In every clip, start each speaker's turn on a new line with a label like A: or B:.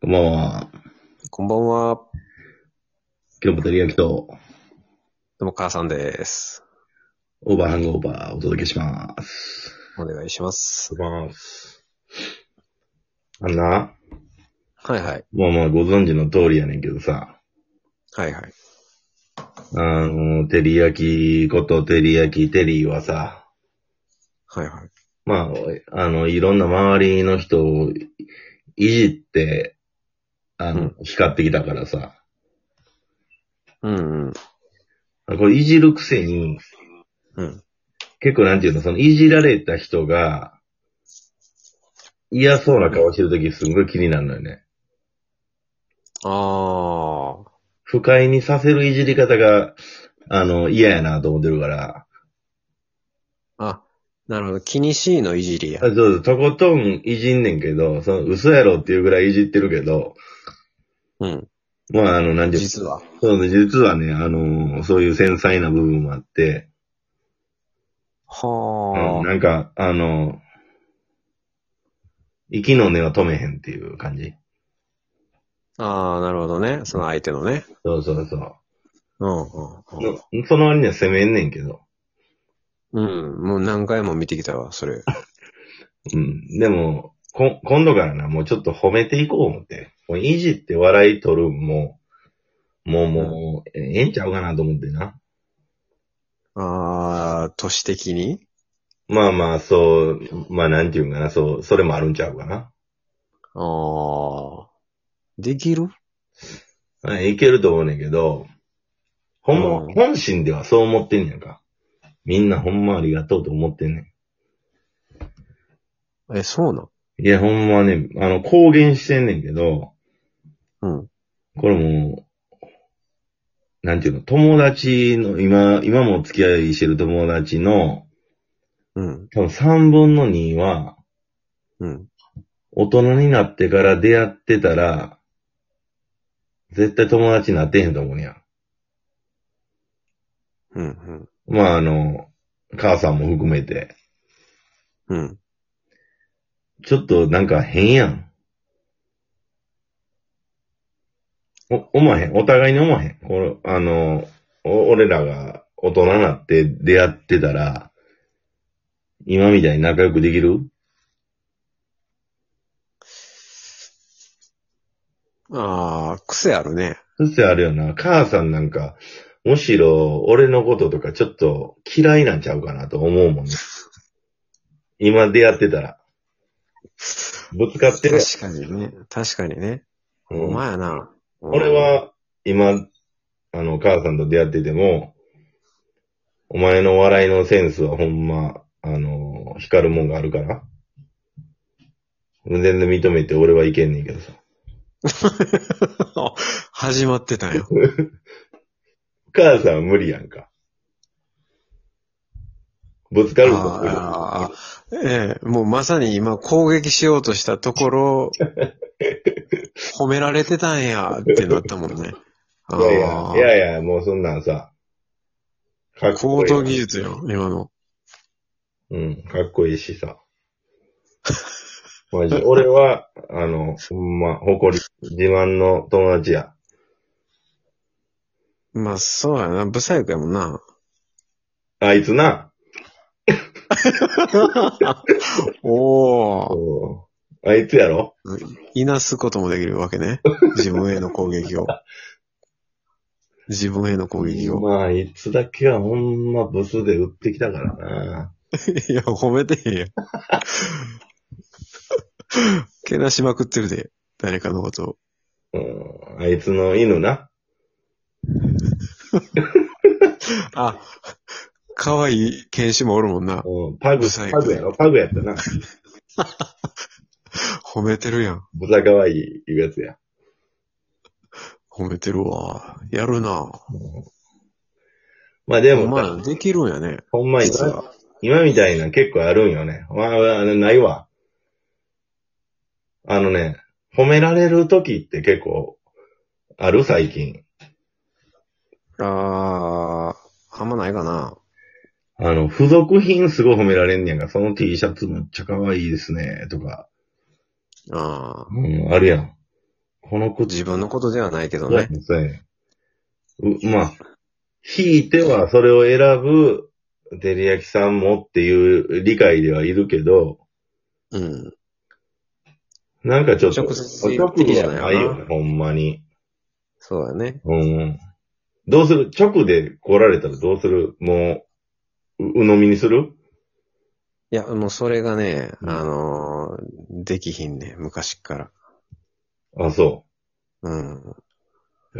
A: こんばんは。
B: こんばんは。
A: 今日も照り焼きと、
B: どうも、母さんです。
A: オーバーハングオーバーお届けします。
B: お願いします。
A: ます。あんな、
B: はいはい。
A: もうまあご存知の通りやねんけどさ、
B: はいはい。
A: あの、照り焼きこと照り焼きテリーはさ、
B: はいはい。
A: まあ、あの、いろんな周りの人をいじって、あの、光ってきたからさ、
B: うんうん。
A: これいじるくせに、
B: うん。
A: 結構なんていうの、そのいじられた人が、嫌そうな顔してるときすんごい気になるのよね。
B: あ
A: 不快にさせるいじり方が、あの、嫌やなと思ってるから、
B: あ。あ、なるほど。気にしいのいじりや
A: あ。そうそうとことんいじんねんけど、その嘘やろっていうぐらいいじってるけど、
B: うん。
A: まああの、なんていう
B: 実は。
A: そうね、実はね、あの、そういう繊細な部分もあって、うん、
B: は
A: なんか、あの、息の根は止めへんっていう感じ。
B: あ。ああ、なるほどね。その相手のね。
A: そうそうそう。
B: うんうん
A: その割には攻めんねんけど。
B: うん。うん。もう何回も見てきたわ、それ。
A: うん。でも、こ、今度からな、もうちょっと褒めていこう思って。もういじって笑い取るんも、もうもう、ええんちゃうかなと思ってな。
B: ああ、都市的に
A: まあまあ、そう、まあなんていうんかな、そう、それもあるんちゃうかな。
B: ああ。できる
A: あいけると思うねんけど、ほんま、
B: うん
A: 本心ではそう思ってんねやんか。みんなほんまありがとうと思ってんね
B: え、そうなん
A: ん。いや、ほんまね、あの、公言してんねんけど、
B: うん。
A: これもう、なんていうの、友達の、今、今もお付き合いしてる友達の、
B: うん。
A: 多分3分の2は、
B: うん。
A: 大人になってから出会ってたら、絶対友達になってへんと思うねや。
B: うん。うん。
A: まあ、あの、母さんも含めて、
B: うん。
A: ちょっとなんか変やん。お、思わへん。お互いに思わへん。これ、あの、お俺らが大人になって出会ってたら、今みたいに仲良くできる
B: ああ、癖あるね。
A: 癖あるよな。母さんなんか、むしろ俺のこととかちょっと嫌いなんちゃうかなと思うもんね。今出会ってたら。ぶつかってる。
B: 確かにね。確かにね。
A: うん
B: お前やな。
A: 俺は今、あの、母さんと出会ってても、お前の笑いのセンスはほんま、あの、光るもんがあるから。全然認めて俺はいけんねんけどさ。
B: あ。 始まってたんよ。
A: 母さんは無理やんか。ぶつかるぞ。
B: あーええ、もうまさに今攻撃しようとしたところ、褒められてたんやってなったもんね。あ
A: いや
B: あ
A: いや、いやいや、もうそんなんさ、かっこい
B: 高
A: い
B: 等
A: わ。
B: 技術よ、今の。
A: うん、かっこいいしさ。マジで俺は、あの、ほんま、誇り、自慢の友達や。
B: まあ、そうやな。不細工やもんな。
A: あいつな、
B: おお。
A: うんあいつやろ
B: いなすこともできるわけね。自分への攻撃を。自分への攻撃を。
A: まあ、あいつだけはほんまブスで売ってきたからな。
B: いや、褒めてへんやん。けなしまくってるで、誰かのことを。
A: うん、あいつの犬な。
B: あ、かわいい犬種もおるもんな。
A: うん、パグ
B: ブサイ、ク
A: パグやろパグやったな。
B: 褒めてるやん。
A: ブサかわいいいうやつや。
B: 褒めてるわ。やるな。
A: まあでも
B: ま
A: さ、
B: あ、できるんやね。
A: ほんまに
B: 実は。
A: 今みたいな結構あるんよね。わわないわ。あのね、褒められる時って結構ある最近。
B: あー、あんまないかな。
A: あの、付属品すごい褒められんねやんか。その T シャツむっちゃ可愛いですね、とか。
B: あ
A: うん、あるやん。この口
B: 自分のことではないけど
A: そうや
B: ね。
A: ねそうやねうまあ、ひいてはそれを選ぶ、照り焼きさんもっていう理解ではいるけど、
B: うん。
A: なんかちょっと、
B: 直接的じゃないよな
A: 直じよね、ほんまに。
B: そうだね。
A: うん。どうする直で来られたらどうするもう、う鵜呑みにする
B: いや、もうそれがね、
A: うん
B: あのーできひんね、昔っから。
A: あ、そ
B: うん。
A: う。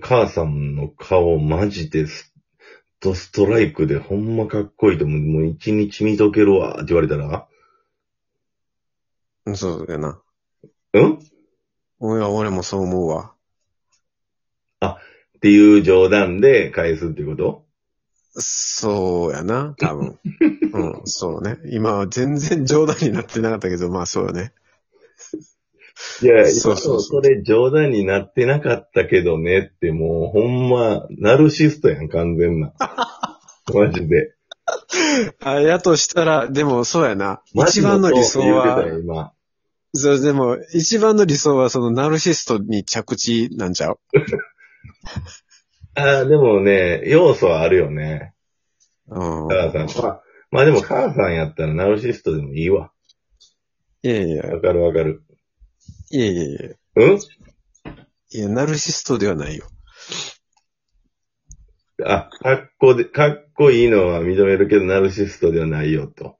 A: 母さんの顔マジです。ドストライクでほんまかっこいいと思う。もう一日見とけるわって言われたら
B: そうやな。
A: うん
B: 俺は俺もそう思うわ。
A: っていう冗談で返すっていうこと
B: そうやな、多 分。うん、そうね。今は全然冗談になってなかったけど、まあそうよね。
A: いや
B: そうそうそう
A: 今のれ冗談になってなかったけどねってもうほんま、ナルシストやん、完全 な。マジで。
B: あ、やとしたら、でもそうやな。
A: マ
B: 一
A: ジ
B: 番の理想
A: そう言
B: は
A: うてた、よ今。
B: そう、でも、一番の理想は、その、ナルシストに着地なんちゃう
A: ああ、でもね、要素はあるよね。
B: うん。
A: 母さん。まあ、まあでも母さんやったらナルシストでもいいわ。
B: いやいや、
A: わかるわかる。
B: いやいやいや。
A: うん
B: いや、ナルシストではないよ。
A: あ、かっこで、かっこいいのは認めるけど、ナルシストではないよと。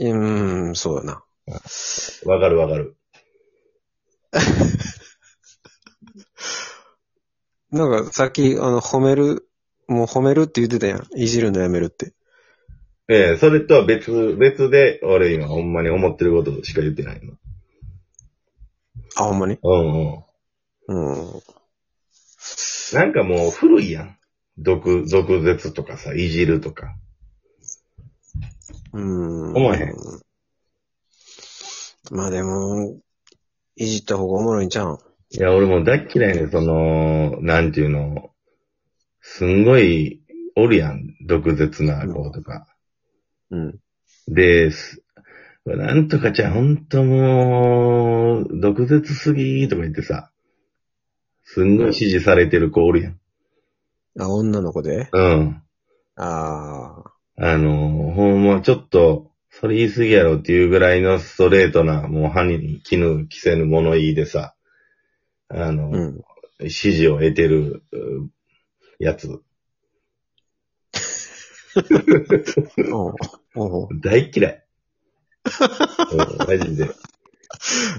B: うーん、そうだな。
A: わかるわかる。
B: なんか、さっき、あの、褒める、もう褒めるって言ってたやん。いじるのやめるって。
A: ええそれとは別、別で、俺今ほんまに思ってることしか言ってないの。
B: あ、ほんまに
A: うんうん。
B: うん。
A: なんかもう古いやん。毒、毒舌とかさ、いじるとか。
B: うん。
A: 思わへん。
B: まあでも、いじった方がおもろいんちゃうん。
A: いや、俺もう大っ嫌いね、その、なんていうの。すんごい、おるやん。毒舌な子とか。
B: うん。
A: です。なんとかちゃん、ほんともう、毒舌すぎーとか言ってさ、すんごい支持されてる子おるやん。
B: あ、女の子で
A: うん。
B: ああ。
A: あの、ほんま、ちょっと、それ言い過ぎやろっていうぐらいのストレートな、もう歯に絹着せぬ物言いでさ、あの、
B: うん。
A: 支持を得てる、うやつ。
B: おうおう
A: 大嫌い。うんマジで。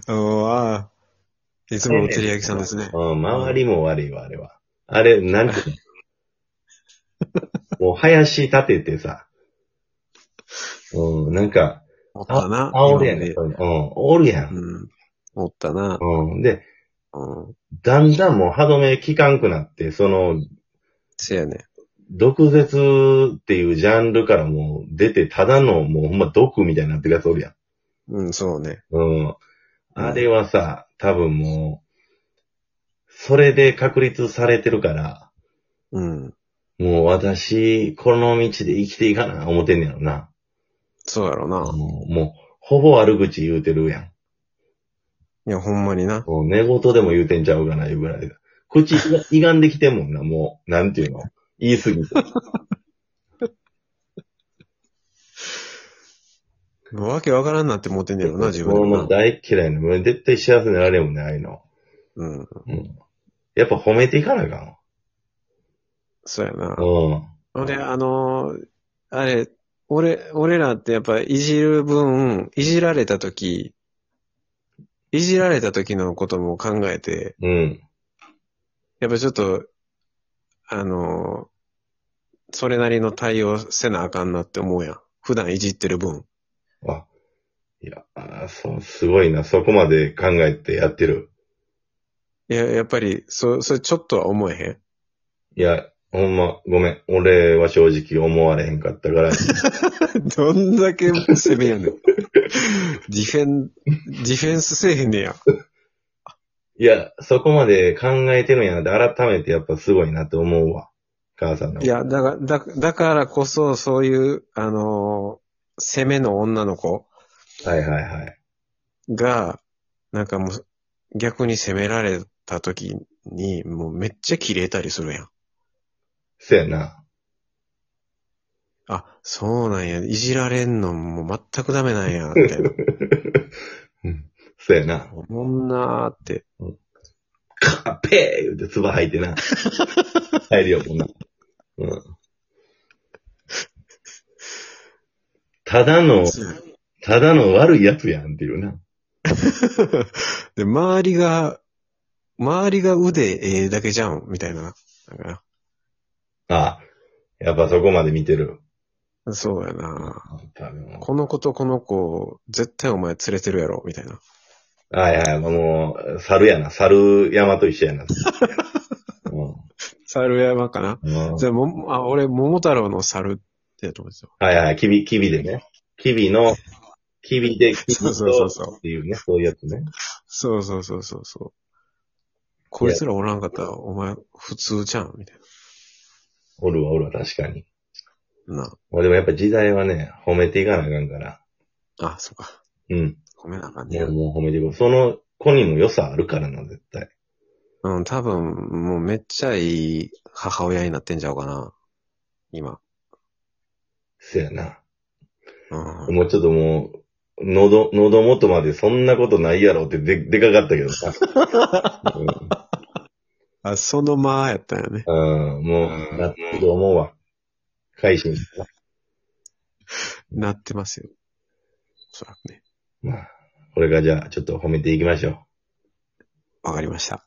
B: おああ。いつもの照り焼きさんですね。
A: うん、周りも悪いわ、あれは。あれ、なんていう のもう、林立ててさ。うん、なんか、
B: おったな。
A: あ、おるやねん。
B: 今
A: そういうのうん、おるや
B: まで
A: ん。
B: うん。おったな。
A: うん。で、
B: うん。
A: だんだんもう歯止め効かんくなって、その、
B: せやね。
A: 毒舌っていうジャンルからもう出て、ただのもうほんま毒みたいになってるやつおるやん。
B: うん、そうね。
A: うん。あれはさ、多分もう、それで確立されてるから、
B: うん。
A: もう私、この道で生きていかな、思ってんねやろな。
B: そうやろ
A: も
B: な。
A: う、もうほぼ悪口言うてるやん。
B: いや、ほんまにな。
A: もう寝言でも言うてんちゃうかな、いうぐらいだ。口、いがんできてんもんな、もう、なんていうの。言い過ぎて。
B: わけわからんなって思ってんねやろな、自分
A: もう
B: で
A: もう
B: な。
A: 大嫌いな。もう絶対幸せになられんもんね、ああいうの。
B: うん。
A: うん。やっぱ褒めていかなあかん
B: そうやな。
A: わ。
B: ほんで、あのーあれ、俺、俺らってやっぱいじる分、いじられた時、いじられた時のことも考えて、
A: うん。うん。
B: やっぱちょっと、あのーそれなりの対応せなあかんなって思うやん。普段いじってる分。
A: あ、いや、あーそう、すごいな。そこまで考えてやってる。
B: いや、やっぱり、そ、それちょっとは思えへん。
A: いや、ほんま、ごめん。俺は正直思われへんかったから。
B: どんだけ攻めや ねん。ディフェン、ディフェンスせえへんねや。
A: いや、そこまで考えてるんやなって、改めてやっぱすごいなって思うわ。母さんの。
B: い、や、だが、だ、だからこそ、そういう、あのー攻めの女の子
A: はいはいはい。
B: が、なんかもう、逆に責められた時に、もうめっちゃ切れたりするやん。
A: せやな。
B: あ、そうなんや。いじられんのも全くダメなんや、みたい な。
A: うん。せやな。
B: おもんなーって。
A: カッペー言うて唾吐いてな。入るよ、こんな。うん。ただの、ただの悪いやつやんっていうな。
B: で、周りが、周りが腕ええだけじゃん、みたいな。だか
A: ああやっぱそこまで見てる。
B: らそうやな。
A: 多分
B: この子とこの子、絶対お前連れてるやろ、みたいな。
A: はいはい、もう、猿やな。猿山と一緒やな。う
B: 猿山かなん
A: うん
B: じゃあ、も、あ、俺、桃太郎の猿ってやと思うんですよ。
A: はいはい、キビ、キビでね。キビの、キビで、キビ
B: そうそうそう
A: と、
B: そう。
A: っていうね、そういうやつね。
B: そうそうそうそうそう。こいつらおらんかったら、お前、普通じゃん、みたい
A: おるわ、おるわ、確かに。
B: な。な。
A: まあでもやっぱ時代はね、褒めていかなあかんから。
B: あ、そうか。
A: うん。
B: ごめんなあかん
A: い
B: ね
A: や、。もう褒めていこう。その子にも良さあるからな、絶対。
B: うん、多分、もうめっちゃいい母親になってんちゃうかな。今。
A: せやな。
B: うん。
A: もうちょっともう、喉、喉元までそんなことないやろってで、でかかったけどさ。
B: あ、その間やったよね。
A: うん、うんもう、なってると思うわ。改心。
B: なってますよ。おそらくね。
A: まあ、これからじゃあ、ちょっと褒めていきましょう。
B: わかりました。